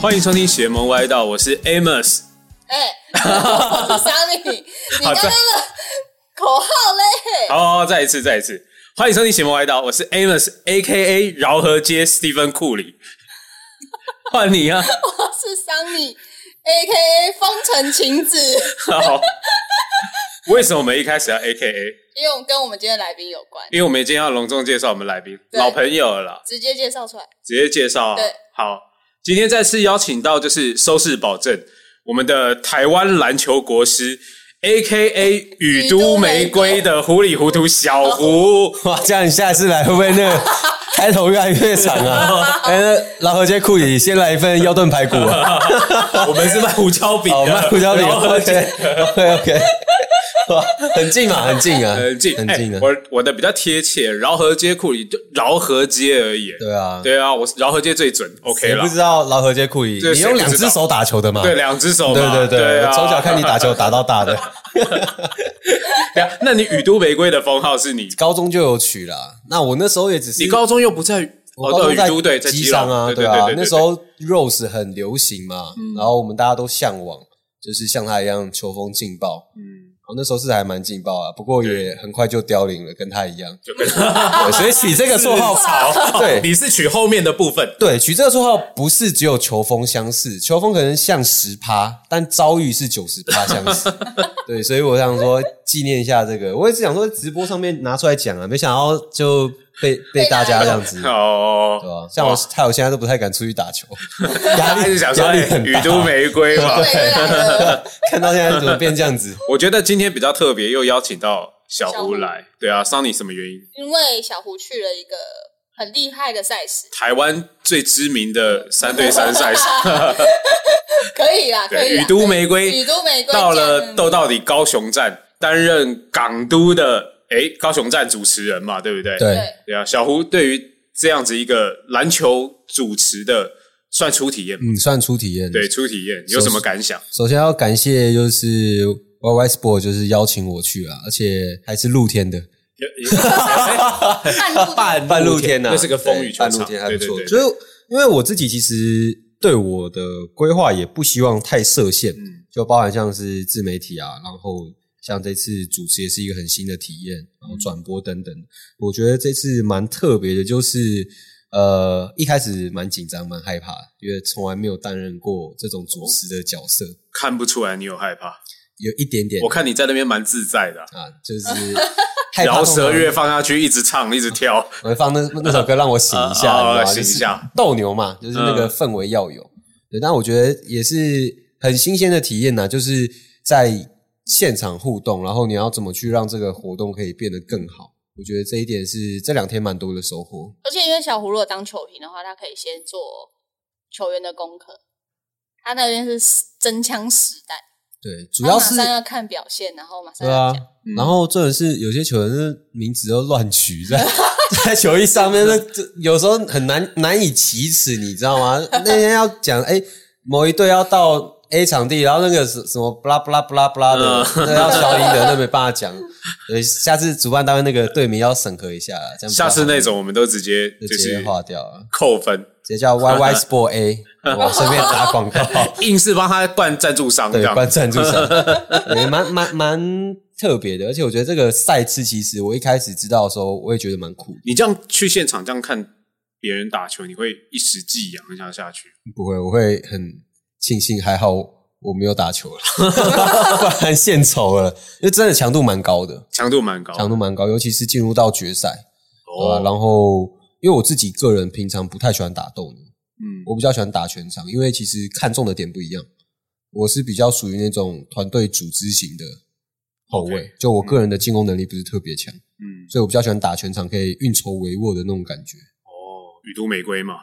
欢迎收听邪门歪道，我是 Amos。哎、我不想 你，你刚刚的口号嘞？好好好，再一次，再一次，欢迎收听邪门歪道，我是 Amos，A.K.A. 饶河街 Stephen 库里。 换你啊！我是桑尼，A K A 风城晴子，好，为什么我们一开始要 A.K.A.？因为我跟我们今天的来宾有关，因为我们今天要隆重介绍我们来宾，对老朋友了啦，直接介绍 出来。直接介绍啊对。好，今天再次邀请到就是收视保证我们的台湾篮球国师。A.K.A. 雨都玫瑰的糊里糊涂小哦胡， 哇，这样你下次来会不会那个 开头越来越长 啊？哎、那老何街库里先来一份腰炖排骨啊！ 我们是卖胡椒饼好，的，哦卖胡椒饼然 后，OK OK OK，哇，很近嘛，很近啊，很近，很哎近啊！我我的比较贴切，饶河街库里就饶河街而已。对啊对啊，我是饶河街最准，OK 谁了不。知道老何街库里，这你用谁不两知道只手打球的嘛？对，两只手嘛，对对对对，啊我从小看你打球打到大的，对啊那你雨都玫瑰的封号是你，高中就有取啦。那我那时候也只是你高中又不在，我哦高对中雨都对，在机基隆上啊，对对啊对，对，那对时候 Rose 很流行嘛，然后我们大家都向往，就是像他一样球风劲爆。嗯然后那时候是还蛮劲爆啊，不过也很快就凋零了，跟他一 样。就 跟对所以取这个绰号，好， 对 你是取后面的部分，对，取这个绰号不是只有球风相似，球风可能像十趴，但遭遇是九十趴相 似。对，所以我想说纪念一下这个，我也是想说直播上面拿出来讲啊，没想到就被被大家这样子。对哦，吧？像我，害我现在都不太敢出去打球，压他力是想说压力哎很雨大。都玫瑰嘛， 对，来了，看到现在怎么变这 样子？我觉得今天比较特别，又邀请到小小胡胡来。对啊，桑尼什么原因？因为小胡去了一个很厉害的赛事，台湾最知名的三对三赛 事，可以啦，可对，以啦。雨都玫瑰雨都玫瑰到了酱斗到底高雄站担任港都的诶高雄站主持人嘛，对不对？对，对，对啊，小胡对于这样子一个篮球主持的算初体验吗，嗯，算初体验。对，，初体验有什么感想？首先要感谢就是 YY Sport 就是邀请我去啊，而且还是露天的， 半路半半露天呐、那是个风雨球场半露天还不错。对对对就是因为我自己其实对我的规划也不希望太设限，嗯就包含像是自媒体啊，然后像这次主持也是一个很新的体验，然嗯后转播等等，我觉得这次蛮特别的，就是呃一开始蛮紧张蛮害怕，因为从来没有担任过这种主持的角色，看不出来你有害怕，有一点点我看你在那边蛮自在的啊，啊，就是 害怕饶痛舌啊乐放下去，一直唱，一直跳。我会放那那首歌让我醒一 下，啊你知道吗啊醒一下，嗯就是斗牛嘛，就是那个氛围要有。对，但我觉得也是很新鲜的体验呐，就是在现场互动，然后你要怎么去让这个活动可以变得更好？我觉得这一点是这两天蛮多的收获。而且因为小胡如果当球评的话，他可以先做球员的功课，他那边是真枪实弹，对，主要是哦他马上要看表现，然后马上对要啊讲。，嗯然后重点是有些球员是名字都乱取，在在球衣上面，那嗯这有时候很难难以启齿，你知道吗？那天要讲哎、某一队要到 A 场地，然后那个什什么布拉布拉布拉布拉的，嗯那要消音的，那没办法讲。对，下次主办单位那个队名要审核一下啦，这样比下较好次那种我们都直接就就直接是划掉了，扣分，直接叫 YY Sport A，我顺便打广告。硬是帮他办赞助商这对，样。关赞助 商，对蛮蛮蛮特别的。而且我觉得这个赛制，其实我一开始知道的时候，我也觉得蛮酷的。你这样去现场这样看别人打球，你会一时寄养一下下去。不会，我会很庆幸，还好我没有打球了， 不然献丑了。因为真的强度蛮高的，强度蛮高，强度蛮高，尤其是进入到决赛，对吧、哦，然后，因为我自己个人平常不太喜欢打斗牛，嗯，我比较喜欢打全场，因为其实看中的点不一样。我是比较属于那种团队组织型的后卫 OK 就我个人的进攻能力不是特别强。嗯，所以我比较喜欢打全场，可以运筹帷幄的那种感觉。哦，雨都玫瑰嘛，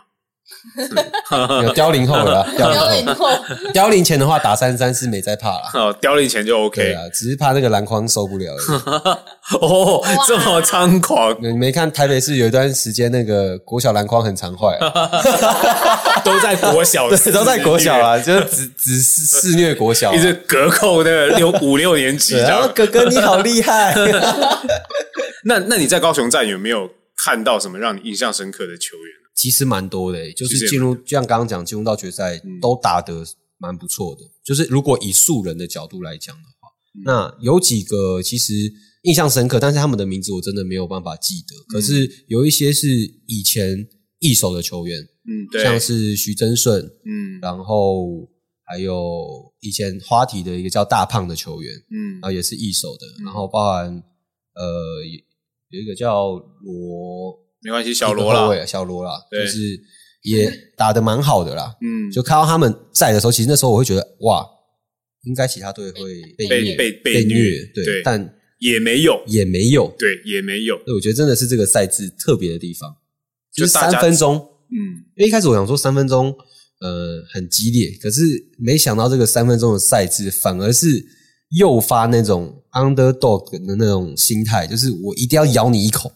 有凋零后 了啦，不要凋领零后，后，凋零前的话打三三是没在怕啦。哦，凋零前就 OK 对啊，只是怕那个篮筐受不了而已。 哦，这么猖 狂，你没看台北市有一段时间那个国小篮筐很常坏 啊，都在国 小对，都在国小，啊，就是只只是肆虐国小啊、一直隔扣那个六五六年级对这啊，然后样。哥哥你好 厉害，那那你在高雄站有没有看到什么让你印象深刻的球员？其实蛮多的、欸，就其实是也进入就像刚刚讲，进入到决赛嗯都打得蛮不错的。就是如果以素人的角度来讲的话，嗯那有几个其实印象深刻，但是他们的名字我真的没有办法记得。嗯可是有一些是以前一手的球员，嗯，对，像是徐真顺，嗯然后还有以前花体的一个叫大胖的球员，嗯然后也是一手的，嗯然后包含呃有有一个叫罗没关系，小一罗个后啦，卫小罗啦，对就是也打得蛮好的啦。嗯，就看到他们在的时候，其实那时候我会觉得哇，应该其他队会被被虐被被虐，对，但嗯也没有，也没有。对，也没有，对，我觉得真的是这个赛制特别的地方，就就是大三家分钟嗯，因为一开始我想说三分钟，呃，很激烈，可是没想到这个三分钟的赛制反而是诱发那种 underdog 的那种心态，就是我一定要咬你一口。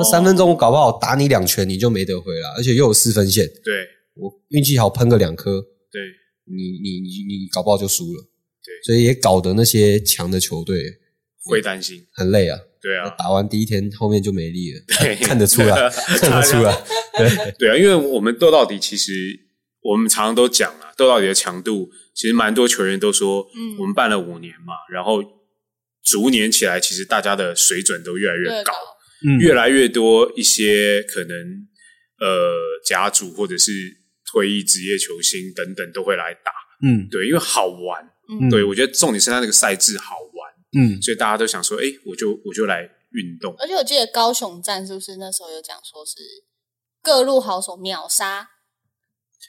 那三分钟，钟我搞不好打你两拳，你就没得回了，而且又有四分线，对我运气好喷个两颗，对，你你你你搞不好就输了。对所以也搞得那些强的球队会担心，很累啊，对啊，打完第一天后面就没力了，对 看得 出来，看得出来，对啊，因为我们斗到底，其实我们常常都讲了，斗到底的强度，其实蛮多球员都说，嗯我们办了五年嘛，然后逐年起来，其实大家的水准都越来越对高，嗯越来越多一些可能呃甲组或者是退役职业球星等等都会来打，嗯对，因为好玩，嗯对我觉得重点是他那个赛制好玩，嗯所以大家都想说，哎，我就我就来运动，而且我记得高雄站是不是那时候有讲说是各路好手秒杀，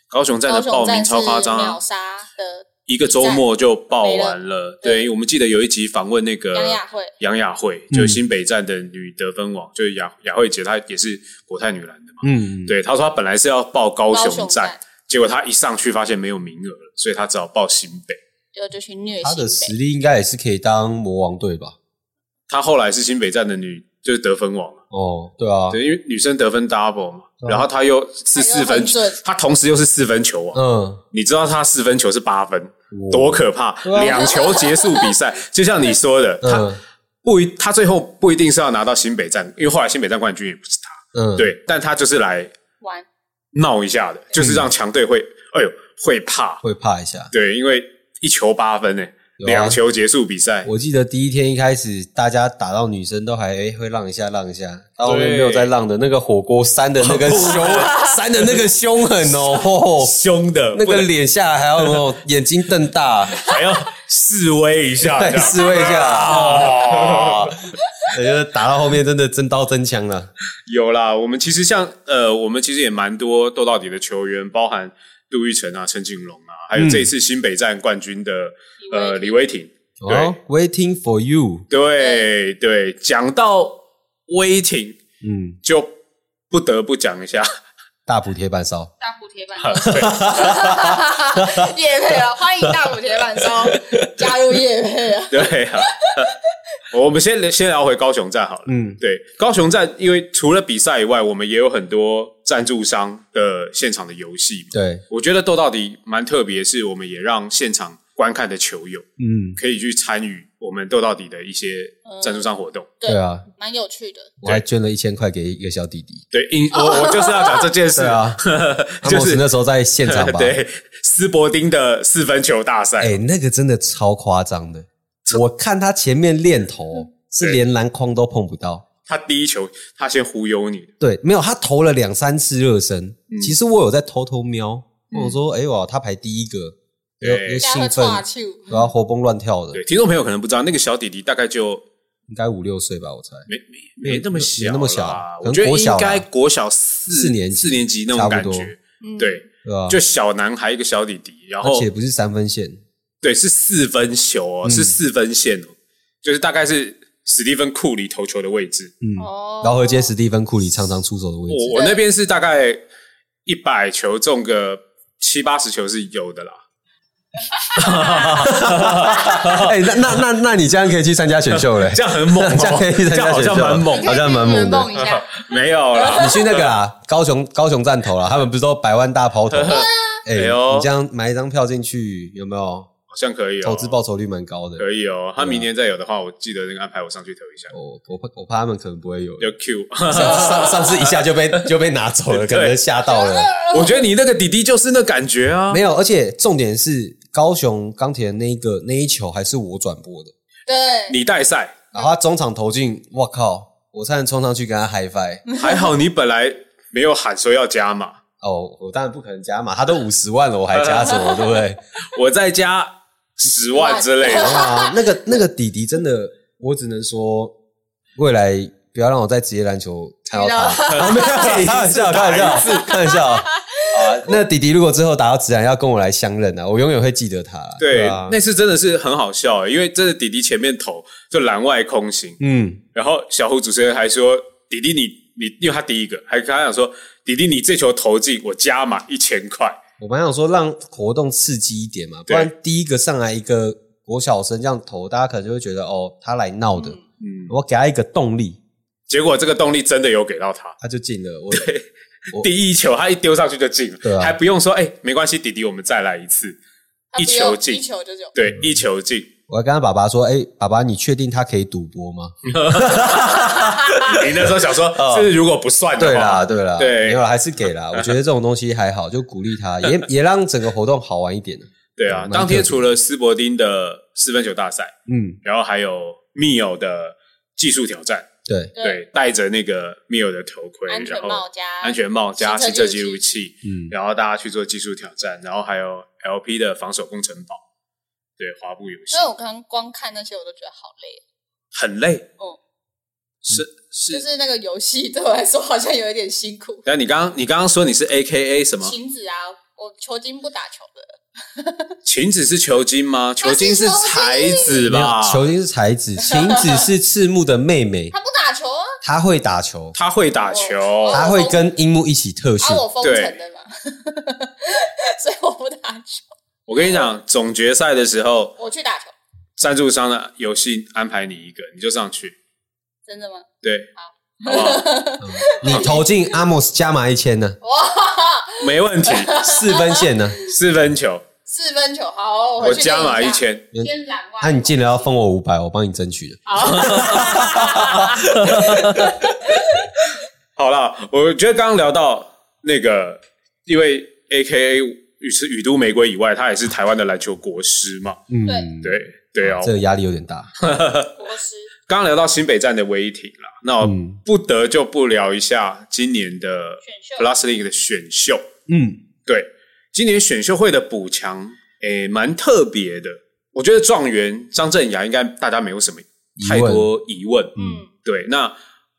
高雄站高的雄报名站是超夸张啊秒，杀的一个周末就报完没了。对对，我们记得有一集访问那个杨雅慧，杨雅慧，嗯就是新北站的女得分王，就是雅雅慧姐，她也是国泰女篮的嘛。嗯，对，她说她本来是要报高高雄雄站站，结果她一上去发现没有名额了，所以她只好报新北。结果就去虐他的新实北，力应该也是可以当魔王队吧？她后来是新北站的女，就是得分王嘛。哦，对啊，对，因为女生得分 double 嘛，对啊然后她又是四她又分很准，她同时又是四分球王。嗯，你知道她四分球是八分，我多可怕！对啊两球结束比赛，就像你说的，她嗯不一，他最后不一定是要拿到新北站，因为后来新北站冠军也不是他，嗯，对，但他就是来玩闹一下的，就是嗯让强队会，哎呦，会怕，会怕一下。对，因为一球八分呢、有啊两球结束比赛， 我记得第一天一开始，大家打到女生都还诶会让一下让一下，到后面对没有再让的，那个火锅扇的那个凶，扇的那个凶狠 哦，吼凶的，那不个能脸下来还要那种眼睛瞪 大，还要示威一下，再这样示威一下，哦， 对就是打到后面真的真刀真枪了。有啦，我们其实像呃，我们其实也蛮多斗到底的球员，包含杜玉成啊、陈景龙啊，还有嗯这一次新北站冠军的、呃李李威霆，对哦，Waiting for you，对对，讲到威霆，嗯，就不得不讲一下， 大补铁板烧，大 埔铁板烧，叶配啊，欢迎大埔铁板烧加入叶配啊，对啊，我们先先聊回高雄站好了。嗯对，高雄站，因为除了比赛以外，我们也有很多赞助商的现场的游戏嘛。对，我觉得斗到底蛮特别，是我们也让现场观看的球友嗯，可以去参与我们斗到底的一些赞助商活动。对啊，蛮有趣的，我还捐了一千块给一个小弟弟。对，因我我就是要讲这件事对，啊，阿就莫斯是那时候在现场 吧？对斯伯丁的四分球大赛。哎、那个真的超夸张的。我看他前面练投嗯是连篮筐都碰不到，他第一球他先忽悠你，对，没有他投了两三次热身。其实我有在偷偷瞄，嗯我说：“哎、哇，他排第一个，对有大家有兴会奋，岔气舞，然后活蹦乱跳的对，，听众朋友可能不知道，那个小弟弟大概就应该五六岁吧，我猜。没没没那么小啦，没那么小我觉得可能国小应啦该国小四四年级四年级那种感差不觉多，嗯对，对吧、就哦小男孩一个小弟弟，然而后且不是三分线，对是四分球哦，嗯是四分线哦，就是大概是史蒂芬库里投球的位置，嗯，哦然后和接史蒂芬库里常常出手的位置，我我那边是大概一百球中个七八十球是有的啦， 哎、那那那那你这样可以去参加选 秀嘞、这样很猛哦，这样可以去参这样加好选秀，像蛮猛你的，可以好像蛮去圆猛的梦一 下，没有啦，啊你去那个 啦，高雄高雄 站投啦，他们不是都百万大抛投？哎、哎呦你这样买一张票进去有没有？好像可以哦，投资报酬率蛮高的。可以哦。他对啊明年再有的话，我记得那个安排我上去投一下。我哦我怕我怕他们可能不会有，有 Q， 上上次一下就被就被拿走 了，可能吓到了。我觉得你那个弟弟就是那感觉啊没。有，而且重点是高雄钢铁的那一个那一球还是我转播的，对，你带赛然后他中场投进，我靠！我差点冲上去跟他 high five。还好，你本来没有喊说要加码，哦，我当然不可能加码，他都五十万了，我还加什 么？对不对？我再加十万之类的。啊，那个那个弟弟真的，我只能说，未来不要让我在职业篮球看到他。 啊没有，开玩笑，开玩笑，开玩笑。啊，那弟弟如果之后打到职篮，要跟我来相认啊，我永远会记得他。对啊，那次真的是很好笑、欸，因为真的弟弟前面投就篮外空心，嗯，然后小胡主持人还说：“弟弟你，你因为他第一个，还跟他讲说，弟弟你这球投进，我加码一千块。我本来想说让活动刺激一点嘛，不然第一个上来一个国小生这样投，大家可能就会觉得哦，他来闹的。嗯嗯，我给他一个动力，结果这个动力真的有给到他。他就进了。我我第一球他一丢上去就进了，对啊还不用说，哎、没关系，弟弟，我们再来一次。他一不用球进一球就有，嗯对，一球进，我还跟他爸爸说：“哎、爸爸，你确定他可以赌博吗你那时候想 说，是如果不算？”的哦对话啦，，对啦，对没有啦还是给啦。我觉得这种东西还好，就鼓励他，也也让整个活动好玩一点对啊蛮。当天特别除了斯伯丁的四分球大赛，嗯，然后还有密友的技术挑战，对，对对，戴着那个密友的头盔，安然全后帽加安全帽加行行车车记记录录器器，嗯，然后大家去做技术挑战，然后还有 LP 的防守工程堡，对滑步游戏所以我刚光看那些我都觉得好累，很累，哦，是。就是是那个游戏 对我来说好像有一点辛苦。但你刚刚你刚刚说你是 A K A 什么？晴子啊，我球精不打球的，琴子是球精吗？球精是球精才子没吧有？球精是才子，晴子是赤木的妹妹，他不打球啊，她会打球，他会打球，哦她会跟樱木一起特训啊，。我封城对的嘛， 所以我不打球，我跟你讲，总决赛的时候，我去打球，赞助商的游戏安排你一个，你就上去，真的吗？对，好，不好？你投进阿莫斯加码一千呢，没问题，四分线呢，四分球，四分球，好，我回去加码练一下，千，天蓝外，那啊你进了要分我五百，我帮你争取的。 好啦，我觉得刚刚聊到那个，因为 A K A 雨是雨都玫瑰以外，他也是台湾的篮球国师嘛，嗯，对对哦。这个压力有点大。国 师刚刚聊到新北站的威霆啦，那我嗯不得就不聊一下今年的选秀 Plus League 的选秀。嗯，对，今年选秀会的补强，诶，蛮特别的。我觉得状元张镇雅应该大家没有什么太多疑问，嗯，对，那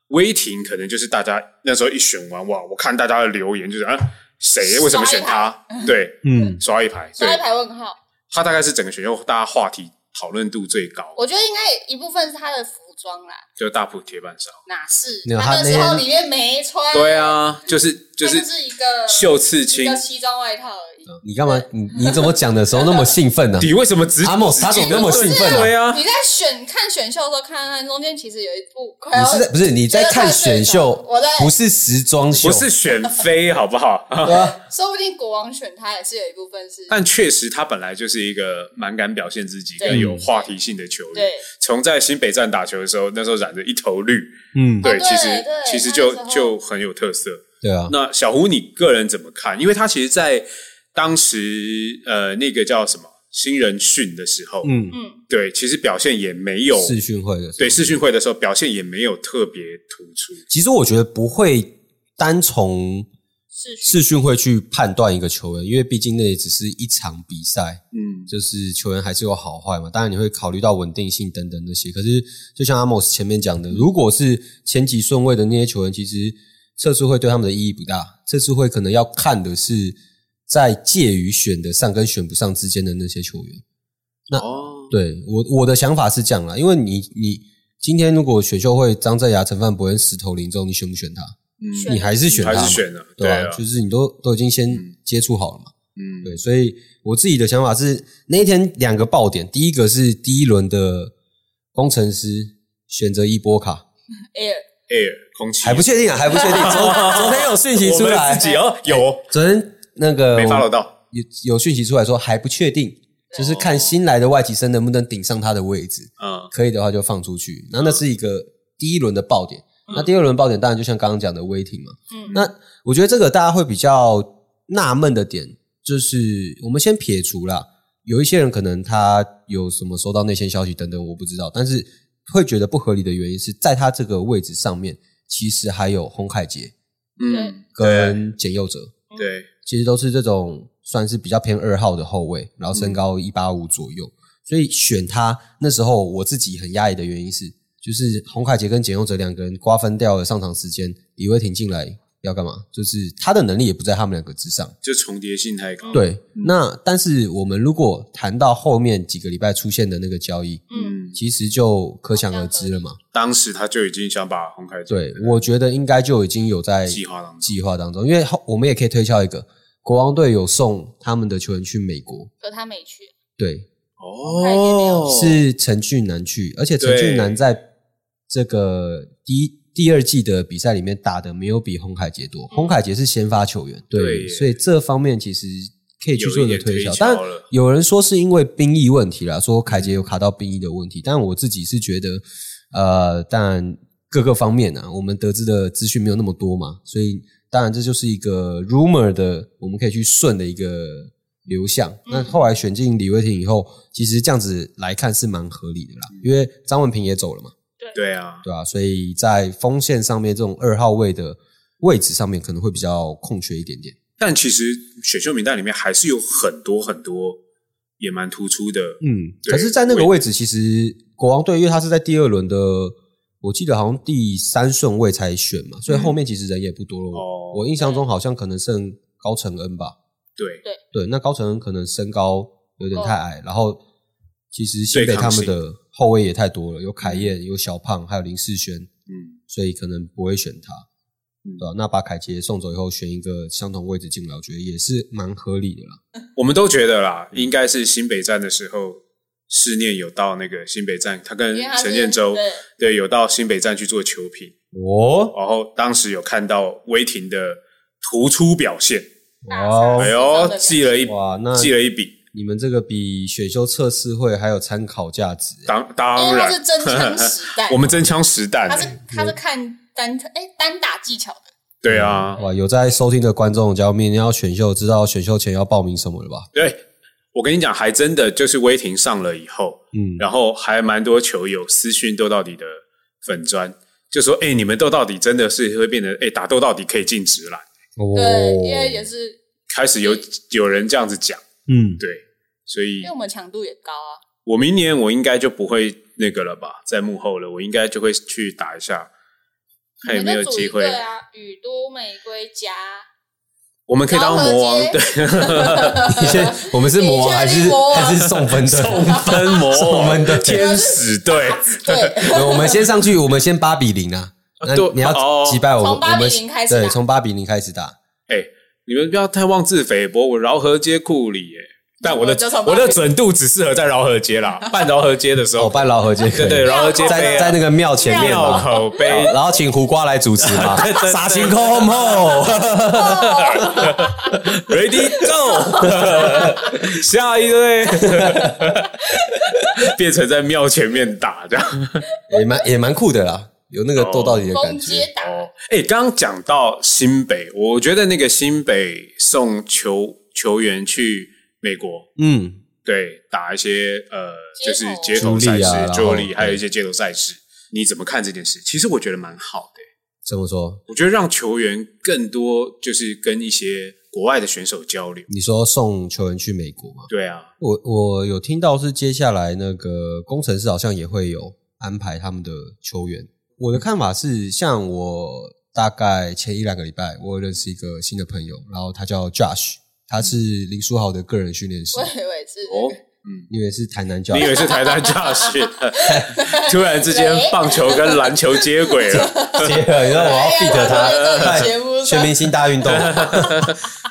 威霆可能就是大家那时候一选完，哇，我看大家的留言就是啊，谁为什么选他？对，嗯，刷一排，对刷一，排问号。他大概是整个选秀大家话题讨论度最高，我觉得应该一部分是他的服装啦，就是大埔铁板烧。哪是没有他他那那时候天里面没穿，对啊，就是就他就是是一个秀嗯刺一青个，西装外套而已。你干嘛？你你怎么讲的时候那么 兴奋呢？你为什么只阿莫斯他怎么那么兴奋啊对啊，你在选看选秀的时候，看看中间其实有一部快你要是在不是你在看选秀？我在不是时装秀，不是选妃好不好？ 对啊，说不定国王选他也是有一部分是哎但确实他本来就是一个蛮敢表现自己、对跟有话题性的球员对。从在新北站打球的时候，那时候染着一头绿，嗯，对，哦对其实对其实那就时候就很有特色。对啊，那小胡，你个人怎么看？因为他其实，在当时呃那个叫什么新人训的时候，嗯，嗯，对，其实表现也没有试训会的，对试训会的时候表现也没有特别突出。其实我觉得不会单从是试训会去判断一个球员，因为毕竟那也只是一场比赛，嗯，就是球员还是有好坏嘛。当然你会考虑到稳定性等等那些。可是就像阿莫斯前面讲的，如果是前几顺位的那些球员，其实测试会对他们的意义不大。测试会可能要看的是在介于选得上跟选不上之间的那些球员。那哦，对我我的想法是这样啦，因为你你今天如果选秀会张镇雅、陈范博恩、石头林中，你选不选他？选嗯，你还是选他还嘛，是选了，对啊啊，，就是你都都已经先嗯接触好了嘛，嗯，对，所以我自己的想法是，那一天两个爆点，第一个是第一轮的工程师选择一波卡， air air 哎空气还不确定啊，还不确定，昨 昨天有讯息出我们来哦自，己哦有昨天那个没 follow 到。哦有有讯息出来说还不确定，就是看新来的外籍生能不能顶上他的位置，嗯可以的话就放出去。那那是一个第一轮的爆点，那第二轮爆点当然就像刚刚讲的威霆嘛。嗯那我觉得这个大家会比较纳闷的点，就是我们先撇除啦，有一些人可能他有什么收到内线消息等等，我不知道，但是会觉得不合理的原因是在他这个位置上面，其实还有洪凯杰嗯，跟简佑哲。嗯对，其实都是这种算是比较偏二号的后卫，然嗯后身高一八五左右，所以选他那时候我自己很压抑的原因是，就是洪凯杰跟简佑哲两个人瓜分掉了上场时间，李威霆进来要干嘛？就是他的能力也不在他们两个之上。就重叠性太高。，对，那但是我们如果谈到后面几个礼拜出现的那个交易，嗯，嗯，其实就可想而知了嘛。当时他就已经想把红凯对，我觉得应该就已经有在计划当中，计划当中，因为后我们也可以推敲一个，国王队有送他们的球员去美国，可他没去，对，哦，是陈俊南去，而且陈俊南在这个第一第二季的比赛里面打的没有比洪凯杰多，洪凯杰是先发球员，嗯对对，耶所以这方面其实可以去有做个推一点推敲敲。但了有人说是因为兵役问题啦，说凯杰有卡到兵役的问题，但我自己是觉得，呃，但各个方面啊，我们得知的资讯没有那么多嘛，所以当然这就是一个 rumor 的，我们可以去顺的一个流向。那后来选进李威霆以后，其实这样子来看是蛮合理的啦，因为张文平也走了嘛，对啊，对吧、所以在锋线上面这种二号位的位置上面可能会比较空缺一点点。但其实选秀名单里面还是有很多很多也蛮突出的，嗯，对可是，在那个位位置，其实国王队因为他是在第二轮的，我记得好像第三顺位才选嘛，所以后面其实人也不多了。哦我印象中好像可能剩高承恩吧，对，对，那高承恩可能身高有点太矮，然后其实新对北抗他们性的后卫也太多了，有凯燕，有小胖，还有林世轩，嗯所以可能不会选他，嗯对吧、那把凯杰送走以后，选一个相同位置进来，我觉得也是蛮合理的啦。我们都觉得啦，嗯应该是新北站的时候，思念有到那个新北站，他跟因为他是呃陈建州对对有到新北站去做球评，哦，然后当时有看到威霆的突出表现，大三哎受伤呦的，记了一哦哇，那记了一笔，你们这个比选秀测试会还有参考价值、欸。当因当为他然是真枪实弹， 我们真枪实弹他欸、是他是看单哎单打技巧的，对啊，嗯哇，有在收听的观众，假如明年要选秀，知道选秀前要报名什么了吧？对。我跟你讲，还真的就是威霆上了以后，嗯，然后还蛮多球友私讯斗到底的粉砖，就说：“哎、你们斗到底真的是会变成哎、打斗到底可以禁止了。哦对，因为也是”开始有有人这样子讲， 嗯，对，所以因为我们强度也高啊，我明年我应该就不会那个了吧，在幕后了，我应该就会去打一下，看有哎没有机会。对啊，雨都玫瑰 夹，我们可以当魔王然，后对，你先，我们是魔王还你确是定魔王啊还是送分的？送 分 魔送王分的天使队，对，我们先上去，我们先八比零啊。那对你要哦击败我，从8我们比0开始打对，从八比零开始打。 哎、你们不要太妄自菲薄，我饶河街库里耶、但我的我就从旁我边的准度只适合在饶河街 啦，半饶河街的时候，哦，半老河街可对以，对，饶河街在杯在啊那个庙前面哦庙嘛。口好杯，然后请胡瓜来主持嘛，傻星空后。 Ready go！下 一队 变成在庙前面打这样。 也蛮也蛮酷的啦，有那个斗到底的感攻觉。接打，哦，哎，刚刚讲到新北，我觉得那个新北送球球员去美国，嗯，对，打一些呃，街头就是街头赛朱莉啊事、桌然后里，还有一些街头赛事，你怎么看这件事？其实我觉得蛮好的、怎么说？我觉得让球员更多就是跟一些国外的选手交流。你说送球员去美国吗？对啊，我我有听到是接下来那个工程师好像也会有安排他们的球员。我的看法是，像我大概前一两个礼拜，我有认识一个新的朋友，然后他叫 Josh，他是林书豪的个人训练师我，以为是哦，因为是台南你 Josh，以为是台南教训， 突然之间棒球跟篮球接轨了。结合，你知道我要 fit 他，在节目上全明星大运动。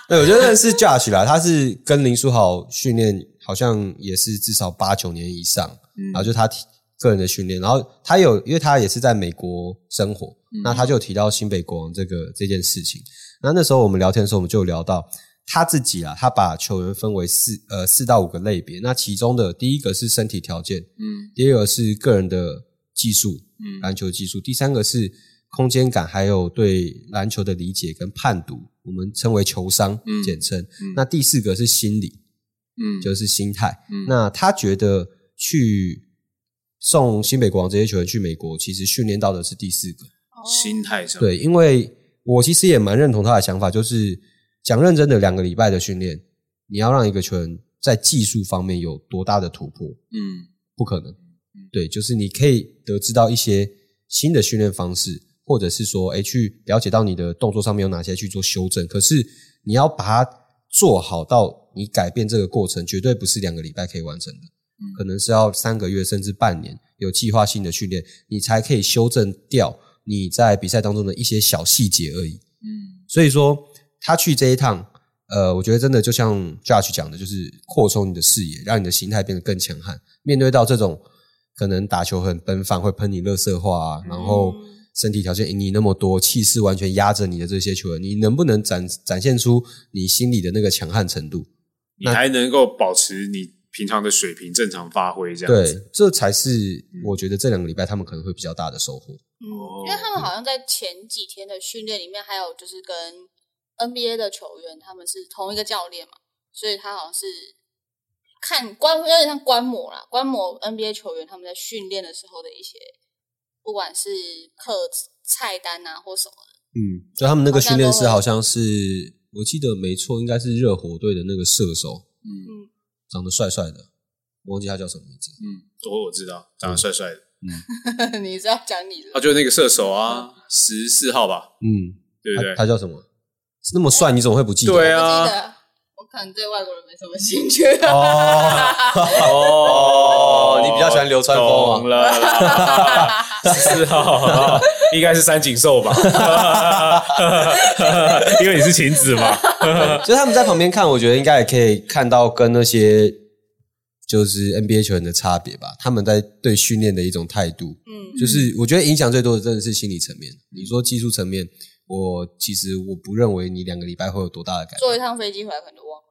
对，我觉得是 Josh 啦，他是跟林书豪训练，好像也是至少八九年以上，然后就他提个人的训练，然后他有，因为他也是在美国生活，那他就有提到新北国王这个这件事情。那那时候我们聊天的时候，我们就有聊到他自己啊，他把球员分为四呃四到五个类别，那其中的第一个是身体条件，嗯第二个是个人的技术，嗯篮球技术；第三个是空间感，还有对篮球的理解跟判读，我们称为球商，嗯简称。那第四个是心理，嗯啊就是心态。嗯那他觉得去送新北国王这些球员去美国，其实训练到的是第四个。哦心态上，对，因为我其实也蛮认同他的想法，就是讲认真的，两个礼拜的训练，你要让一个球员在技术方面有多大的突破，嗯不可能。对，就是你可以得知到一些新的训练方式，或者是说，哎，去了解到你的动作上面有哪些去做修正。可是你要把它做好到你改变这个过程，绝对不是两个礼拜可以完成的，嗯可能是要三个月甚至半年有计划性的训练，你才可以修正掉你在比赛当中的一些小细节而已。嗯所以说他去这一趟，呃，我觉得真的就像 Josh 讲的，就是扩充你的视野，让你的心态变得更强悍。面对到这种可能打球很奔放，会喷你垃圾话、啊，然后嗯嗯身体条件赢你那么多，气势完全压着你的这些球员，你能不能展展现出你心里的那个强悍程度？你还能够保持你平常的水平正常发挥这样对子，，这才是我觉得这两个礼拜他们可能会比较大的收获。嗯哦，因为他们好像在前几天的训练里面，还有就是跟 NBA 的球员他们是同一个教练嘛，所以他好像是看观有点像观摩啦，观摩 NBA 球员他们在训练的时候的一些，不管是课菜单啊或什么的，嗯，就他们那个训练师好好像是，我记得没错，应该是热火队的那个射手，嗯长得帅帅的，我忘记他叫什么名字。嗯，我我知道，长得帅帅的， 你是要讲你他了？就是那个射手啊，十四号吧，嗯，对不对他？他叫什么？那么帅，你怎么会不记得？对我啊记， 得我可能对外国人没什么兴趣。哦，哦你比较喜欢流川枫啊懂了啦， 是哦，应该是三井寿吧， 因为你是晴子嘛，就是他们在旁边看，我觉得应该也可以看到跟那些就是 NBA 球员的差别吧。他们在对训练的一种态度， 嗯，就是我觉得影响最多的真的是心理层面。你说技术层面，我其实我不认为你两个礼拜会有多大的改坐变。一趟飞机回来可能就忘了。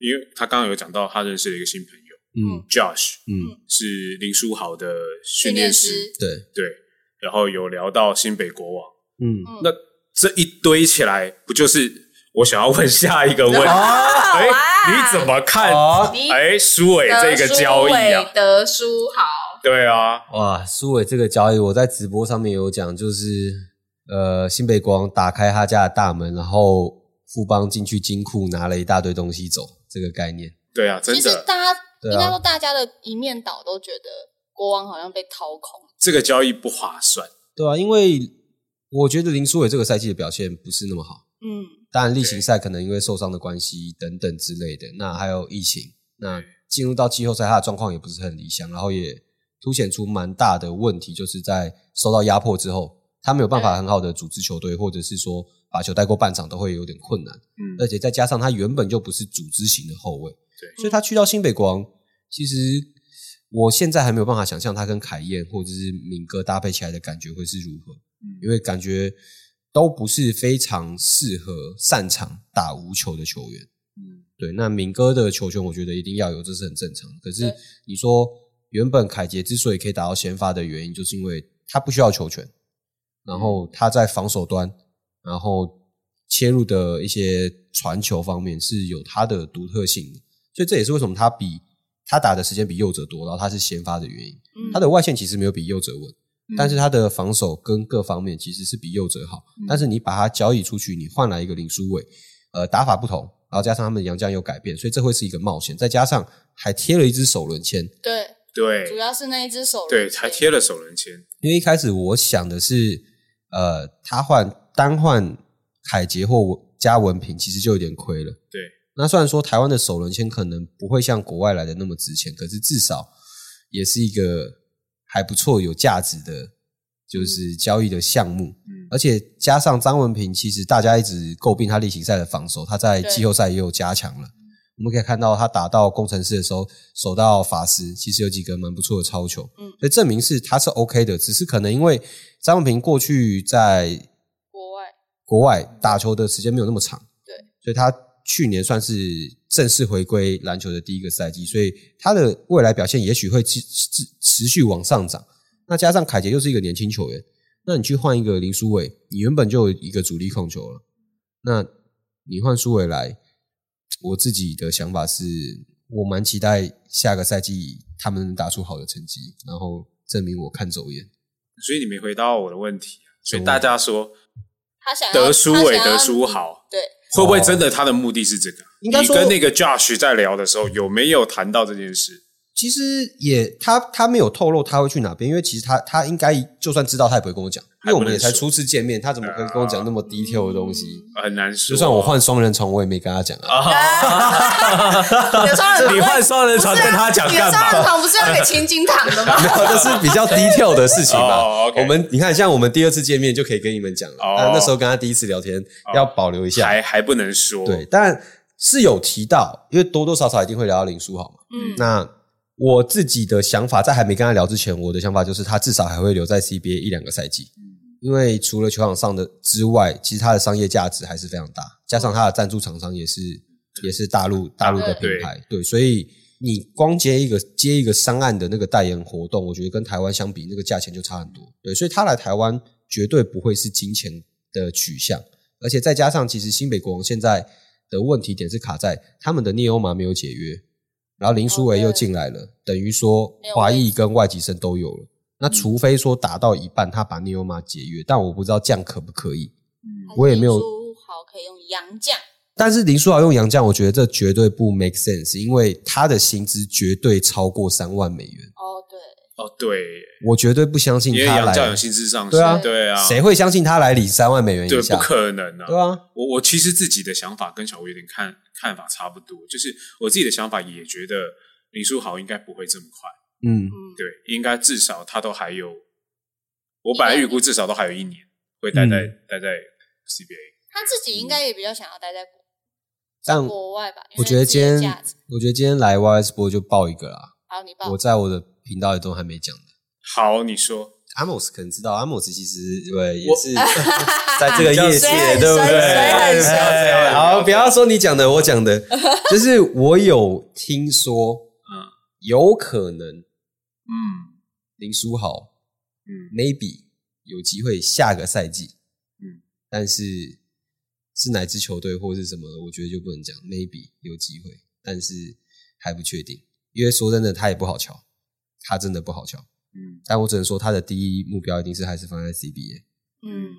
因为他刚刚有讲到他认识了一个新朋友嗯 Josh，嗯，是林书豪的训训练练师，师，对，对，然后有聊到新北国王，嗯嗯那这一堆起来，不就是我想要问下一个问题？啊哎、哇你怎么看？啊你哎、苏伟这个交易啊，德书豪，对啊，哇，苏伟这个交易，我在直播上面有讲，就是呃，新北国王打开他家的大门，然后富邦进去金库拿了一大堆东西走，这个概念。对啊，真其实的，大家、对啊应该说大家的一面倒都觉得国王好像被掏空，这个交易不划算。对啊，因为我觉得林书伟这个赛季的表现不是那么好，嗯，当然例行赛可能因为受伤的关系等等之类的，那还有疫情，那进入到季后赛他的状况也不是很理想，然后也凸显出蛮大的问题，就是在受到压迫之后，他没有办法很好的组织球队，或者是说把球带过半场都会有点困难。嗯，而且再加上他原本就不是组织型的后卫，对所以他去到新北国王，其实我现在还没有办法想象他跟凯燕或者是明哥搭配起来的感觉会是如何，因嗯为感觉都不是非常适合擅长打无球的球员。嗯对，那明哥的球权我觉得一定要有，这是很正常的。可是对你说原本凯杰之所以可以打到先发的原因，就是因为他不需要球权，然后他在防守端，然后切入的一些传球方面是有他的独特性的，所以这也是为什么他比他打的时间比右者多，然后他是先发的原因。嗯他的外线其实没有比右者稳，嗯但是他的防守跟各方面其实是比右者好。嗯但是你把他交易出去，你换来一个林书伟，呃，打法不同，然后加上他们的洋将有改变，所以这会是一个冒险。再加上还贴了一只首轮签，对，主对要是那一只手对，还贴了手轮签，因为一开始我想的是，呃，他换单换凯杰或文加文平，其实就有点亏了。对，那虽然说台湾的首轮签可能不会像国外来的那么值钱，可是至少也是一个还不错、有价值的，就是交易的项目。嗯而且加上张文平，其实大家一直诟病他例行赛的防守，他在对季后赛也有加强嗯了。我们可以看到，他打到工程师的时候，守到法师，其实有几个蛮不错的超球，嗯所以证明是他是 OK 的。只是可能因为张文平过去在国外，国外打球的时间没有那么长，对，所以他去年算是正式回归篮球的第一个赛季，所以他的未来表现也许会持持持续往上涨。那加上凯杰又是一个年轻球员，那你去换一个林书伟，你原本就有一个主力控球了，那你换书伟来，我自己的想法是我蛮期待下个赛季他们能打出好的成绩，然后证明我看走眼。所以你没回答我的问题啊，所以大家说他想要德舒他伟、想要德舒豪，对，会不会真的他的目的是这个？应该你说跟那个 Josh 在聊的时候，有没有谈到这件事？其实也他他没有透露他会去哪边，因为其实他他应该就算知道，他也不会跟我讲，因为我们也才初次见面，他怎么会跟我讲那么 detail 啊的东西？嗯很难说。就算我换双人床，我也没跟他讲啊。 有双人啊你床换双人床跟他讲啊你干的双人嘛？床不是要给青金躺的吗？ 没有，这是比较 detail 的事情吧哦。，OK 我们你看，像我们第二次见面就可以跟你们讲了。哦啊那时候跟他第一次聊天哦要保留一下，还还不能说。对，但是有提到，因为多多少少一定会聊到林书豪嘛。嗯，那我自己的想法，在还没跟他聊之前，我的想法就是他至少还会留在 CBA 一两个赛季，因为除了球场上的之外，其实他的商业价值还是非常大，加上他的赞助厂商也是也是大陆大陆的品牌，对，所以你光接一个接一个商案的那个代言活动，我觉得跟台湾相比，那个价钱就差很多，对，所以他来台湾绝对不会是金钱的取向，而且再加上其实新北国王现在的问题点是卡在他们的聂欧马没有解约。然后林书伟又进来了，等于说哦没有嗯华裔跟外籍生都有了。那除非说打到一半，他把尼欧马解约，但我不知道这样可不可以。我也没有好，可以用洋酱，但是林书豪用洋将，我觉得这绝对不 make sense，因为他的薪资绝对超过三万美元，哦，对，哦，对，我绝对不相信因为他杨教有来，薪资上升，对啊对啊，谁会相信他来领三万美元对以不下？可能啊，对啊，我我其实自己的想法跟小吴有点看看法差不多，就是我自己的想法也觉得林书豪应该不会这么快，嗯，嗯，对，应该至少他都还有，我本来预估至少都还有一年会待在、嗯待在 CBA。他自己应该也比较想要待在国但国外吧，因为我觉得自己今的天价值，我觉得今天来 YS 播就爆一个啦，好，你报 我在我的频道里都还没讲的。好，你说阿莫斯可能知道，阿莫斯其实对也我是在 这个业界谁很，对不对？谁很谁很哎好，不要说你讲的，我讲的，就是我有听说，嗯有可能嗯林书豪嗯， maybe 有机会下个赛季，嗯嗯，但是是哪支球队或是什么的，我觉得就不能讲 maybe 有机会，但是还不确定，因为说真的，他也不好瞧，他真的不好瞧。嗯，但我只能说，他的第一目标一定是还是放在 CBA。嗯，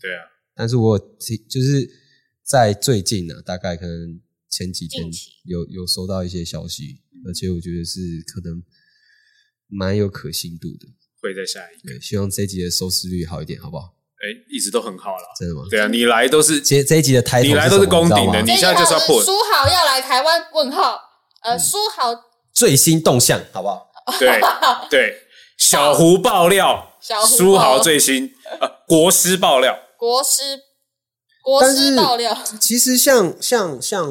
对啊，但是我有听就是在最近呢、啊，大概可能前几天近期嗯有有收到一些消息，而且我觉得是可能蛮有可信度的。会在下一个，对，希望这一集的收视率好一点，好不好？哎，一直都很好啦。真的吗？对啊，你来都是这这一集的抬头你来都是什攻么顶的你知道吗你现在就是要破嗯书豪要来台湾？问号，呃，书豪最新动向，好不好？对 对，小胡爆料，小胡书爆豪料最新呃国师爆料，国师国但师是爆料，其实像像像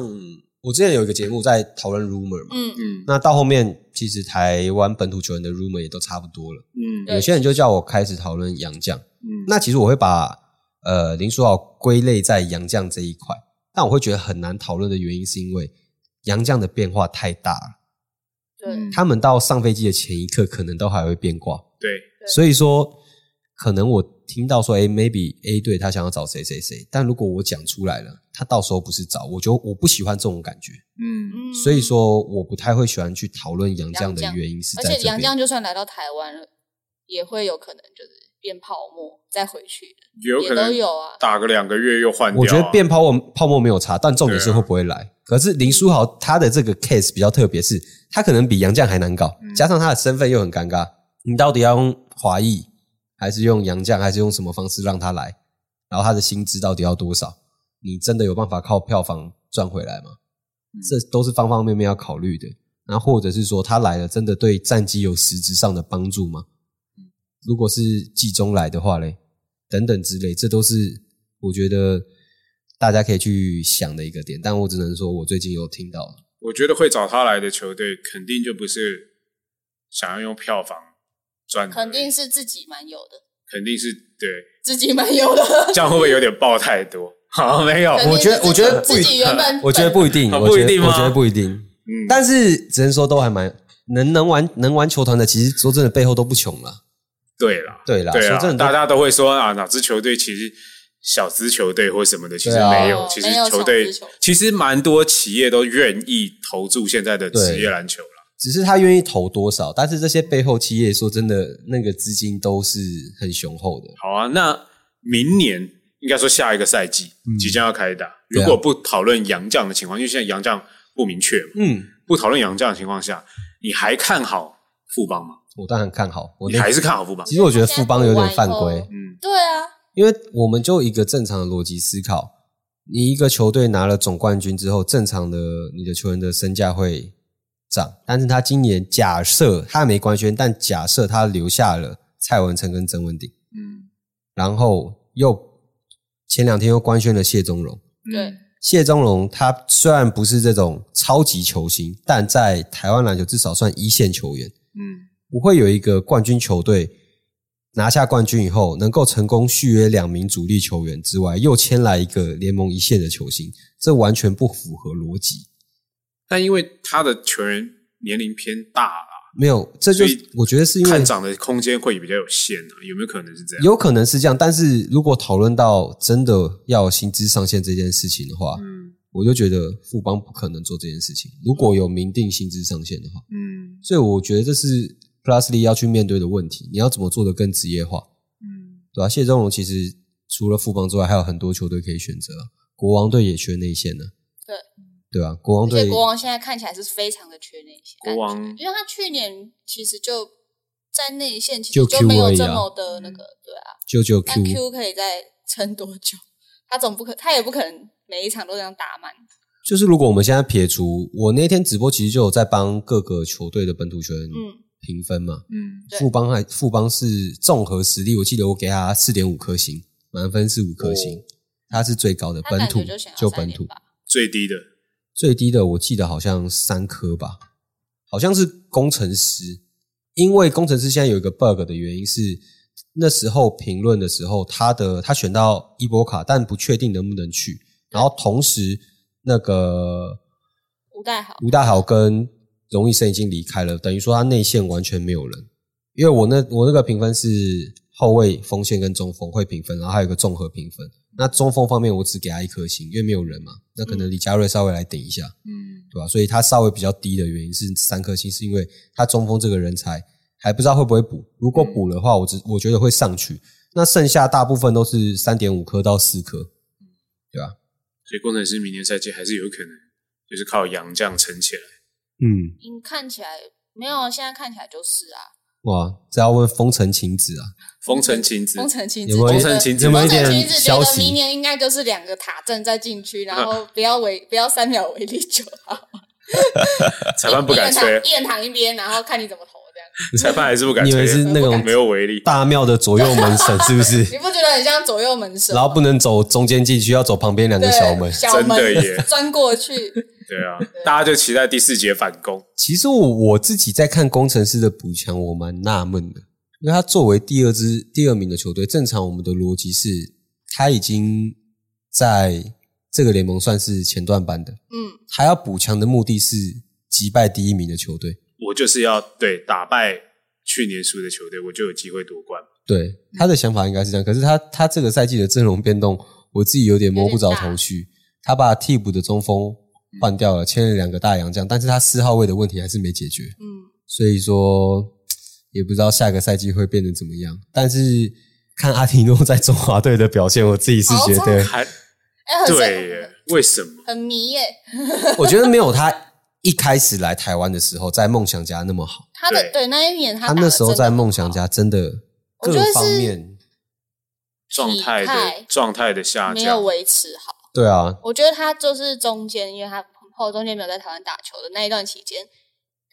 我之前有一个节目在讨论 rumor 嘛，嗯，嗯那到后面其实台湾本土球员的 rumor 也都差不多了。嗯对有些人就叫我开始讨论洋将，嗯那其实我会把呃林书豪归类在洋将这一块，但我会觉得很难讨论的原因是因为洋将的变化太大了，对，他们到上飞机的前一刻可能都还会变卦，对，对所以说可能我听到说，哎，maybe A 队他想要找谁谁谁，但如果我讲出来了，他到时候不是找，我就我不喜欢这种感觉，嗯嗯所以，说我不太会喜欢去讨论洋将的洋将原因是而在且这杨边绛。就算来到台湾了，也会有可能就是变泡沫再回去的，有可也都能嗯有啊，打个两个月又换掉啊。我觉得变泡沫泡沫没有差，但重点是对啊会不会来。可是林书豪他的这个 case 比较特别，是他可能比杨绛还难搞，加上他的身份又很尴尬，你到底要用华裔，还是用杨绛，还是用什么方式让他来？然后他的薪资到底要多少？你真的有办法靠票房赚回来吗？这都是方方面面要考虑的。然后或者是说他来了，真的对战绩有实质上的帮助吗？如果是季中来的话嘞，等等之类，这都是我觉得大家可以去想的一个点。但我只能说，我最近有听到，我觉得会找他来的球队，肯定就不是想要用票房赚的，肯定是自己蛮有的，肯定是对，自己蛮有的，这样会不会有点爆太多？ 好，没有可，能我觉得自己我觉得不自己原本我觉得不一定， 啊我不一觉得定我吗觉得不一定。但是只能说都还蛮能能玩能玩球团的，其实说真的背后都不穷了。对啦，对啦对说啦，真的大家都会说啊，哪支球队其实小支球队或什么的，其实对啊没有，哦其实没有球小队支球队其实蛮多企业都愿意投注现在的职业篮球啦。只是他愿意投多少，但是这些背后企业说真的，那个资金都是很雄厚的。好啊，那明年应该说下一个赛季嗯即将要开打，啊如果不讨论杨将的情况，因为现在杨将不明确嘛，嗯，不讨论杨将的情况下，你还看好富邦吗？我当然看好。我你那还是看好富邦？其实我觉得富邦有点犯规，嗯，对啊，因为我们就一个正常的逻辑思考，你一个球队拿了总冠军之后，正常的你的球员的身价会涨，但是他今年假设他没官宣，但假设他留下了蔡文成跟曾文鼎，嗯，然后又前两天又官宣了谢宗荣。嗯对谢宗荣他虽然不是这种超级球星，但在台湾篮球至少算一线球员。嗯，不会有一个冠军球队拿下冠军以后，能够成功续约两名主力球员之外，又签来一个联盟一线的球星，这完全不符合逻辑。但因为他的球员年龄偏大啦，没有，这所就以我觉得是因为看涨的空间会比较有限啊，有没有可能是这样？有可能是这样，但是如果讨论到真的要有薪资上限这件事情的话，嗯我就觉得富邦不可能做这件事情。如果有明定薪资上限的话，嗯所以我觉得这是 Plusly 要去面对的问题。你要怎么做的更职业化？嗯，对啊，谢宗荣其实除了富邦之外，还有很多球队可以选择啊。国王队也缺内线呢、对对啊，国王而且队国王现在看起来是非常的缺内线，国王因为他去年其实就在内线其就实就没 Q 而有已啊这么的那嗯个，对啊，九九 Q，但 Q 可以再撑多久？他总不可，他也不可能每一场都这样打满，就是如果我们现在撇除我那天直播，其实就有在帮各个球队的本土球员嗯，评分嘛。嗯对富邦还富邦是综合实力，我记得我给他四点五颗星，满分是五颗星哦，他是最高的他本感土觉就想要就三本连土，吧，最低的最低的我记得好像三颗吧，好像是工程师，因为工程师现在有一个 bug 的原因是，那时候评论的时候，他的他选到伊波卡，但不确定能不能去，然后同时那个吴代豪，吴大豪跟荣医生已经离开了，等于说他内线完全没有人，因为我那我那个评分是后卫、锋线跟中锋会评分，然后还有一个综合评分。那中锋方面我只给他一颗星，因为没有人嘛，那可能李佳瑞稍微来顶一下。嗯对吧、所以他稍微比较低的原因是三颗星，是因为他中锋这个人才还不知道会不会补。如果补的话，我只我觉得会上去。那剩下大部分都是三点五颗到四颗，所以工程师明年赛季还是有可能，就是靠洋将撑起来。嗯，嗯，看起来没有，啊现在看起来就是啊，哇，这要问风城晴子啊，丰臣晴子丰臣晴子有没觉有一丰得，臣晴子有没有一丰臣点晴子觉消得明息？年应该就是两个塔阵在禁区，然后不要为不要三秒为力就好，裁判不敢吹 啊一人，躺一人躺一边，然后看你怎么投这样。裁判还是不敢你以为吹，啊是那种没有违啊例。大庙的左右门神是 不是？你不觉得很像左右门神吗？然后不能走中间进去，要走旁边两个对小门。小门真的耶 钻过去，对啊，大家就期待第四节反攻。其实我我自己在看工程师的补强，我蛮纳闷的，因为他作为第二支第二名的球队，正常我们的逻辑是他已经在这个联盟算是前段班的，嗯，他要补强的目的是击败第一名的球队。我就是要对打败去年输的球队，我就有机会夺冠。对，嗯他的想法应该是这样，可是他他这个赛季的阵容变动，我自己有点摸不着头绪。他把替补的中锋换掉了，签了两个大洋将，但是他四号位的问题还是没解决。嗯，所以说也不知道下个赛季会变得怎么样。但是看阿提诺在中华队的表现，我自己是觉得，还哎、很对耶，为什么？很迷耶、 我觉得没有他一开始来台湾的时时候在梦想家那么好。他的对对那一年他他打得那时候真的在梦想家真的我觉各得是方面，状态体的态状态的下没有降，维持好。对啊，我觉得他就是中间，因为他后中间没有在台湾打球的那一段期间，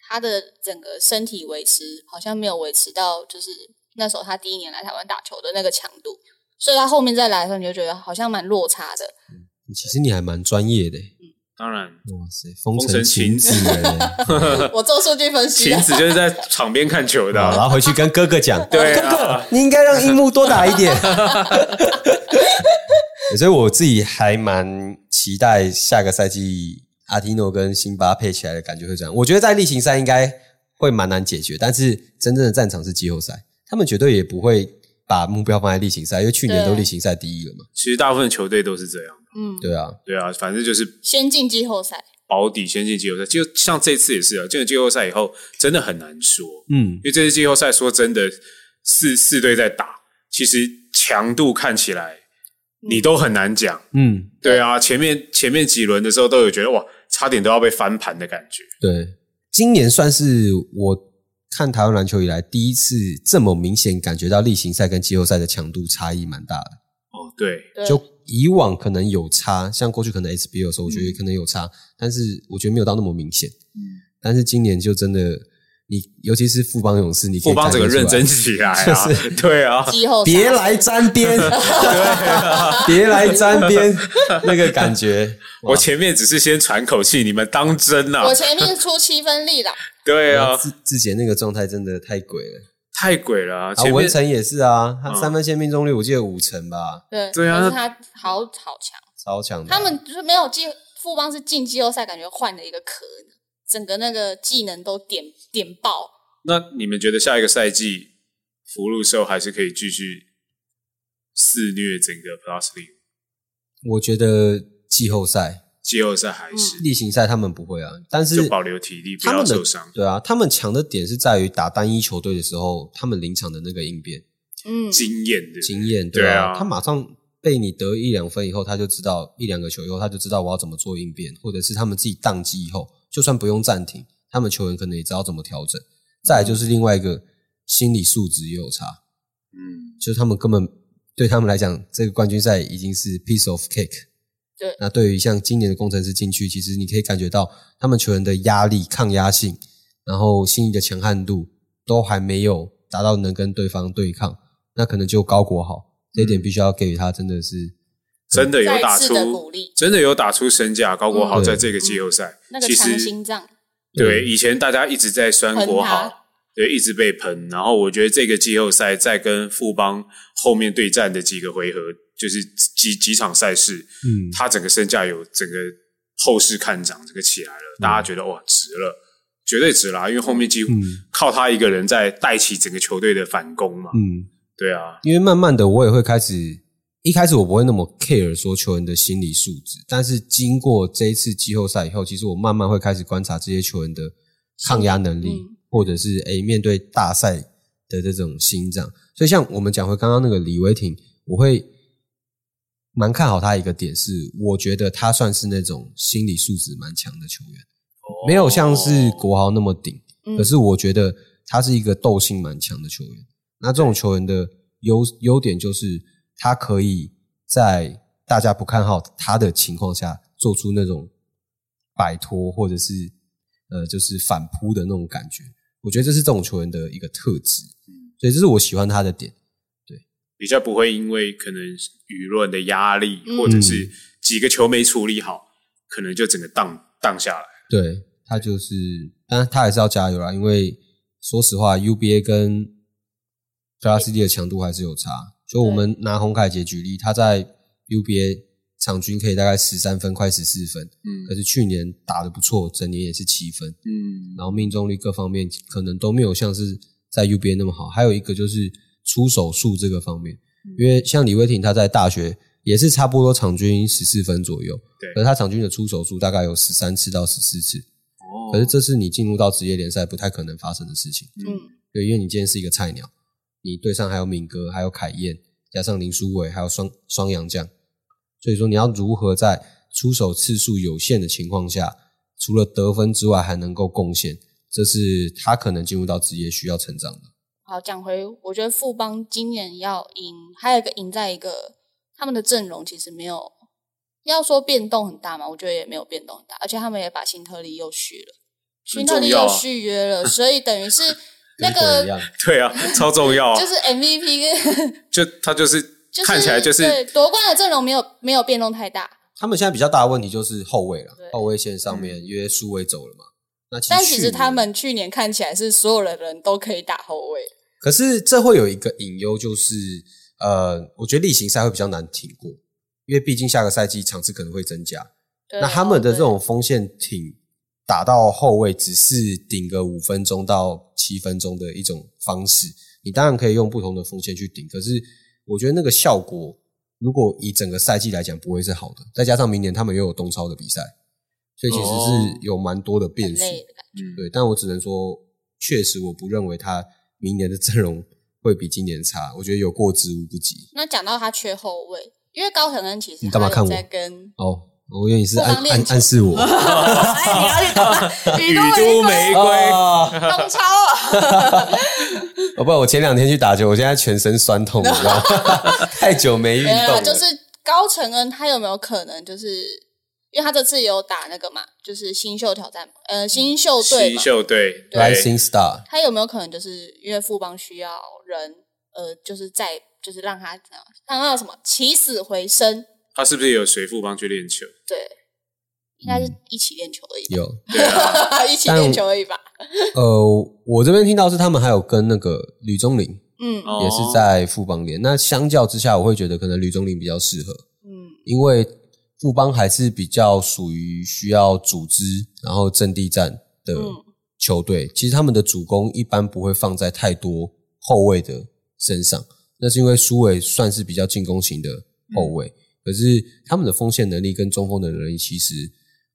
他的整个身体维持好像没有维持到，就是那时候他第一年来台湾打球的那个强度，所以他后面再来的时候，你就觉得好像蛮落差 的。其实你还蛮专业的欸。当然，哇塞，风城尘晴晴子子欸，我做数据分析晴啊，子就是在场边看球的好然啊、后回去跟哥哥讲，对哥啊 哥，你应该让樱木多打一点。所以我自己还蛮期待下个赛季阿提诺跟辛巴配起来的感觉会怎样。我觉得在例行赛应该会蛮难解决，但是真正的战场是季后赛，他们绝对也不会把目标放在例行赛，因为去年都对例行赛第一了嘛。其实大部分球队都是这样，嗯，对啊，对啊，反正就是先进季后赛，保底先进季后赛，就像这次也是啊，进了季后赛以后真的很难说，嗯因，为这次季后赛说真的，四四队在打，其实强度看起来你都很难讲。嗯，对啊，前面前面几轮的时候都有觉得哇，差点都要被翻盘的感觉。对，今年算是我看台湾篮球以来第一次这么明显感觉到例行赛跟季后赛的强度差异蛮大的。哦，对，对，就以往可能有差，像过去可能 SBL 的时候，我觉得可能有差，但是我觉得没有到那么明显。但是今年就真的，你尤其是富邦勇士，你可以富邦整个认真感觉出起来 啊，对啊，季后来，赛别来 沾边， 别来沾边，那个感觉，我前面只是先喘口气，你们当真啊我？前面出七分力啦， 对啊，志志杰那个状态真的太鬼了。太鬼了啊！啊，前文面成也是啊，他嗯三分线命中率我记得五成吧，对，对啊可是他好好强，超强的。啊他们就是没有进富邦是进季后赛，感觉换了一个壳呢，整个那个技能都点点爆，那你们觉得下一个赛季福禄寿还是可以继续肆虐整个 Plus League 我觉得季后赛、季后赛还是、例行赛他们不会啊，但是就保留体力，不他要们的受伤。对啊，他们强的点是在于打单一球队的时候，他们临场的那个应变嗯，经验的经验，对啊，啊他马上被你得一两分以后，他就知道一两个球以后，他就知道我要怎么做应变，或者是他们自己宕机以后，就算不用暂停，他们球员可能也知道怎么调整。再来就是另外一个心理素质也有差，嗯，就是他们根本对他们来讲，这个冠军赛已经是 piece of cake。对那对于像今年的工程师进去，其实你可以感觉到他们球员的压力、抗压性，然后心理的强悍度都还没有达到能跟对方对抗。那可能就高国好这一点，必须要给予他真的是真的有打再次的鼓出，励，真的有打出身价。高国豪嗯在这个季后赛，那个其强实心脏，对嗯以前大家一直在酸国喷豪他，对一直被喷。然后我觉得这个季后赛在跟富邦后面对战的几个回合，就是几几场赛事，嗯他整个身价有整个后市看涨，这个起来了，大家觉得哇值了，绝对值啦，因为后面几乎嗯靠他一个人在带起整个球队的反攻嘛。嗯，对啊，因为慢慢的我也会开始，一开始我不会那么 care 说球员的心理素质，但是经过这一次季后赛以后，其实我慢慢会开始观察这些球员的抗压能力，嗯或者是诶、面对大赛的这种心脏。所以像我们讲回刚刚那个李维廷，我会蛮看好他一个点是，我觉得他算是那种心理素质蛮强的球员，没有像是国豪那么顶。嗯可是我觉得他是一个斗性蛮强的球员。那这种球员的优优点就是他可以在大家不看好他的情况下，做出那种摆脱或者是呃就是反扑的那种感觉。我觉得这是这种球员的一个特质，所以这是我喜欢他的点。比较不会因为可能舆论的压力，嗯或者是几个球没处理好，可能就整个荡荡下来。对他就是，当然他还是要加油啦，因为说实话，UBA 跟 p l a s D 的强度还是有差。就我们拿洪凯杰举例，他在 UBA 场均可以大概十三分，快十四分，嗯可是去年打得不错，整年也是七分，嗯，然后命中率各方面可能都没有像是在 UBA 那么好。还有一个就是出手数这个方面，嗯因为像李威廷他在大学也是差不多场均十四分左右，对可是他场均的出手数大概有十三次到十四次。哦可是这是你进入到职业联赛不太可能发生的事情，嗯，对，因为你今天是一个菜鸟，你对上还有敏哥，还有凯燕，加上林书伟，还有双双阳将，所以说你要如何在出手次数有限的情况下，除了得分之外还能够贡献，这是他可能进入到职业需要成长的。好，讲回我觉得富邦今年要赢，还有一个赢在一个他们的阵容其实没有要说变动很大嘛，我觉得也没有变动很大，而且他们也把辛特利又续了，辛很特重利要又啊续约了，所以等 于是那跟一个样，对啊，超重要啊就！是 MVP 跟就他就是 就是看起来就是对夺冠的阵容没有没有变动太大，他们现在比较大的问题就是后卫了对，后卫线上面因为苏伟走了嘛，那但去其实他年们去年看起来是所有的人都可以打后卫，可是这会有一个隐忧，就是呃，我觉得例行赛会比较难挺过，因为毕竟下个赛季场次可能会增加。对哦那他们的对这种锋线挺打到后卫，只是顶个五分钟到七分钟的一种方式。你当然可以用不同的锋线去顶，可是我觉得那个效果，如果以整个赛季来讲，不会是好的。再加上明年他们又有东超的比赛，所以其实哦是有蛮多的嗯变很数。累的嗯感觉对，但我只能说，确实我不认为他明年的阵容会比今年差，我觉得有过之无不及。那讲到他缺后卫，因为高承恩其实你干嘛他有看我在 跟哦，我以为你是不暗妨暗练球暗示我， 哎，你要去搞他雨雨都都玫没瑰，啊 东超啊，哦，不，我前两天去打球，我现在全身酸痛，你 知道吗？太久没运没有动啦，了。就是高承恩他有没有可能就是，因为他这次有打那个嘛，就是新秀挑战嘛，呃，新秀队新嘛，秀队，对 Rising Star，他有没有可能就是因为富邦需要人，呃，就是在就是让他让他有什么起死回生，他是不是也有随父帮去练球？对，应该是嗯一起练球而已吧，有 一起练球而已吧，呃，我这边听到是他们还有跟那个吕宗林嗯哦也是在富邦联。那相较之下，我会觉得可能吕宗林比较适合，嗯，因为富邦还是比较属于需要组织然后阵地战的嗯球队。其实他们的主攻一般不会放在太多后卫的身上，那是因为苏伟算是比较进攻型的后卫，可是他们的锋线能力跟中锋的能力，其实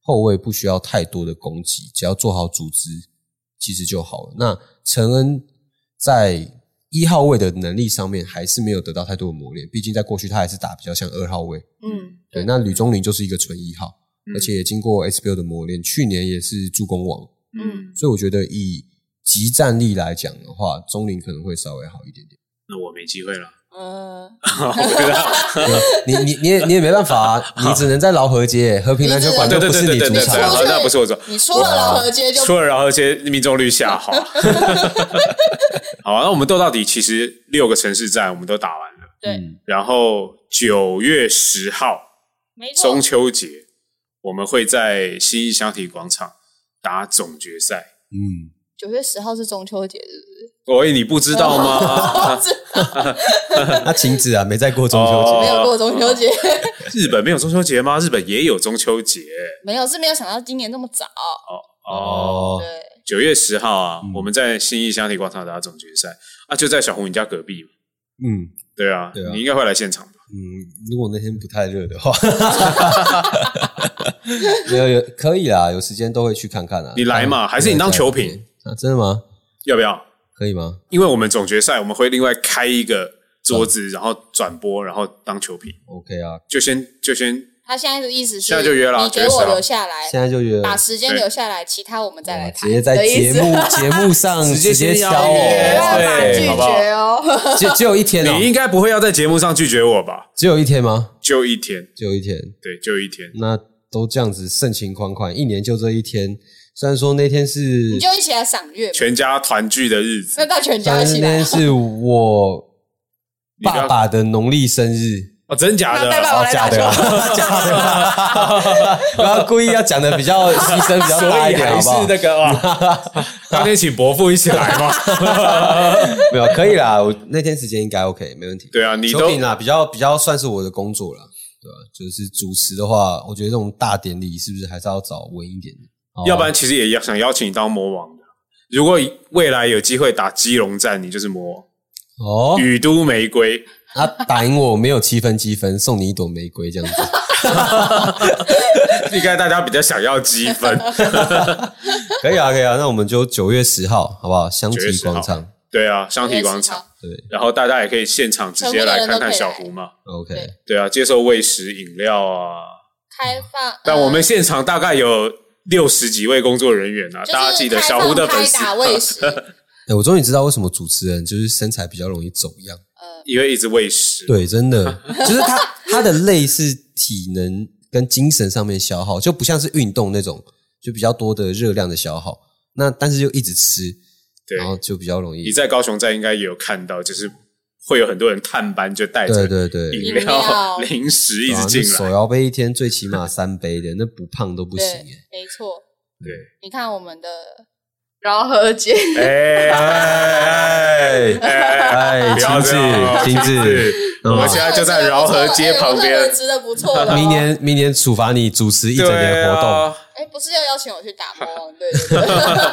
后卫不需要太多的攻击，只要做好组织，其实就好了。那陈恩在一号位的能力上面还是没有得到太多的磨练，毕竟在过去他还是打比较像二号位。嗯，对，那吕宗林就是一个纯一号，嗯而且也经过 SBL 的磨练，去年也是助攻王，嗯所以我觉得以集战力来讲的话，钟林可能会稍微好一点点。那我没机会 了。呃，我知道，你你你也你也没办法、啊，你只能在劳合街和平篮球馆，对都对不是对你对对对，主场好场。那不是我主场。你输了老河街就除了然后，而且命中率下 滑。好、啊，那我们斗到底，其实六个城市战我们都打完了。对，然后九月十号没错中，秋节，我们会在新义香体广场打总决赛。嗯，九月十号是中秋节，是不是？喂，哦你不知道吗？那晴子啊，没在过中秋哦没节，有过中秋节， 日本没有中秋节吗？日本也有中秋节没有是没有想到今年那么早，哦。哦，对，九月十号啊，嗯我们在新义香体广场打总决赛啊，就在小红你家隔壁嘛。嗯对啊，对啊你应该会来现场吧？嗯，如果那天不太热的话，没有有可以啦，有时间都会去看看啊。你来嘛还是你当球评啊？真的吗？要不要？可以吗？因为我们总决赛我们会另外开一个桌子，然后转播，然后当球评， OK 啊，就先就先他现在的意思是，现在就约了你给我留下来，现在就约了把时间留下来，其他我们再来哇谈直接在的意节思目节目上直接直接先邀敲哦约对没办法哦对拒好不好绝哦。 只只有一天哦哎你，应该不会要在节目上拒绝我吧？只有一天吗？就一天，只有一天，对，就一天。那都这样子盛情款款，一年就这一天。虽然说那天是 你，就一起来赏月吧，全家团聚的日子那大全但家一是起那来天。是我你不要爸爸的农历 生日，哦，真假那拜拜的？我来打球， 假的啦，然后故意要讲的比较牺牲比较哦所大一以点，还好是不好？那个啊， 当天请伯父一起来嘛。没有，可以啦，我那天时间应该 OK，没问题。对啊，你球都品啦，比较比较算是我的工作啦，对吧、就是主持的话，我觉得这种大典礼是不是还是要找文一点的？哦要不然其实也要想邀请你当魔王的。如果未来有机会打基隆站，你就是魔王。哦，雨都玫 瑰，他打赢我没有七分积分，送你一朵玫瑰这样子。应该大家比较想要积 分。可以啊，可以啊，那我们就九月十号，好不好？香9月缇10号广场，对啊，香体广我也是场啊，对然后大家也可以现场直接来看看小胡嘛。 ，OK，对对啊，接受喂食、饮料啊。开放。但我们呃现场大概有六十几位工作人员啊，就是大家记得开小胡放的粉开丝打喂食，哎、我终于知道为什么主持人就是身材比较容易走样。呃，因为一直喂食。对，真的就是他他的累是体能跟精神上面消耗，就不像是运动那种就比较多的热量的消耗。那但是又一直吃，对然后就比较容易你。在高雄站应该也有看到，就是会有很多人探班就带对着对对，饮饮料零食一对啊直那进手来。摇杯一天最起码三杯的，那不胖都不行耶。对， 没错。对，你看我们的饶河街，哎哎哎哎，哎，不亲要这样哦哎自亲自，嗯是我们现在就在饶河街旁哎我真边的。值得不错的哦。明年明年处罚你主持一整对年活动，啊，哎，不是要邀请我去打魔王队？对对对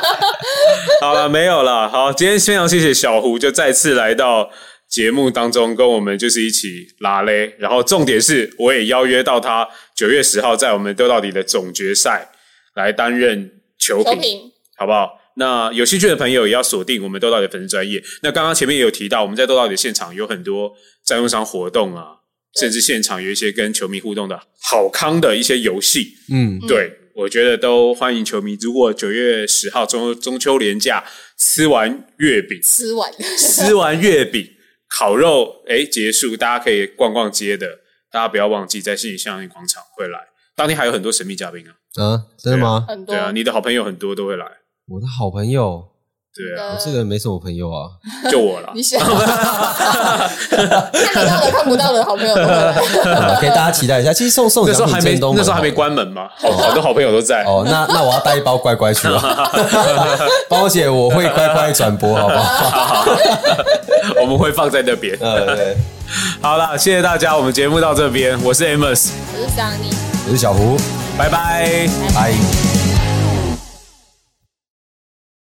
好了，没有了。好，今天非常谢谢小胡，就再次来到节目当中，跟我们就是一起拉嘞。然后重点是，我也邀约到他九月十号在我们丢到底的总决赛来担任 球球评，评好不好？那有兴趣的朋友也要锁定我们豆到底粉丝专业。那刚刚前面也有提到，我们在豆到底现场有很多赞助商活动啊，对，甚至现场有一些跟球迷互动的好康的一些游戏。嗯，对，我觉得都欢迎球迷。如果九月十号中中秋连假吃完月饼 吃完，吃完月饼烤肉，哎，结束，大家可以逛逛街的，大家不要忘记在信义象印广场会来。当天还有很多神秘嘉宾啊，啊，真的吗？很多对啊，你的好朋友很多都会来，我的好朋友，对啊，呃我这个人没什么朋 友啊，就我了你。想 看得到的、看不到的好朋友都会 来，啊可以大家期待一下。其实送送那时候还没真东那蛮时候好还没的关门嘛，好好多好朋友都在。哦，那那我要带一包乖 乖去了， 包姐我会乖乖转播，好 不好？我们会放在那边。呃，对，好啦，谢谢大家，我们节目到这边，我是 Amos，我是桑尼。我是小胡，拜拜。拜。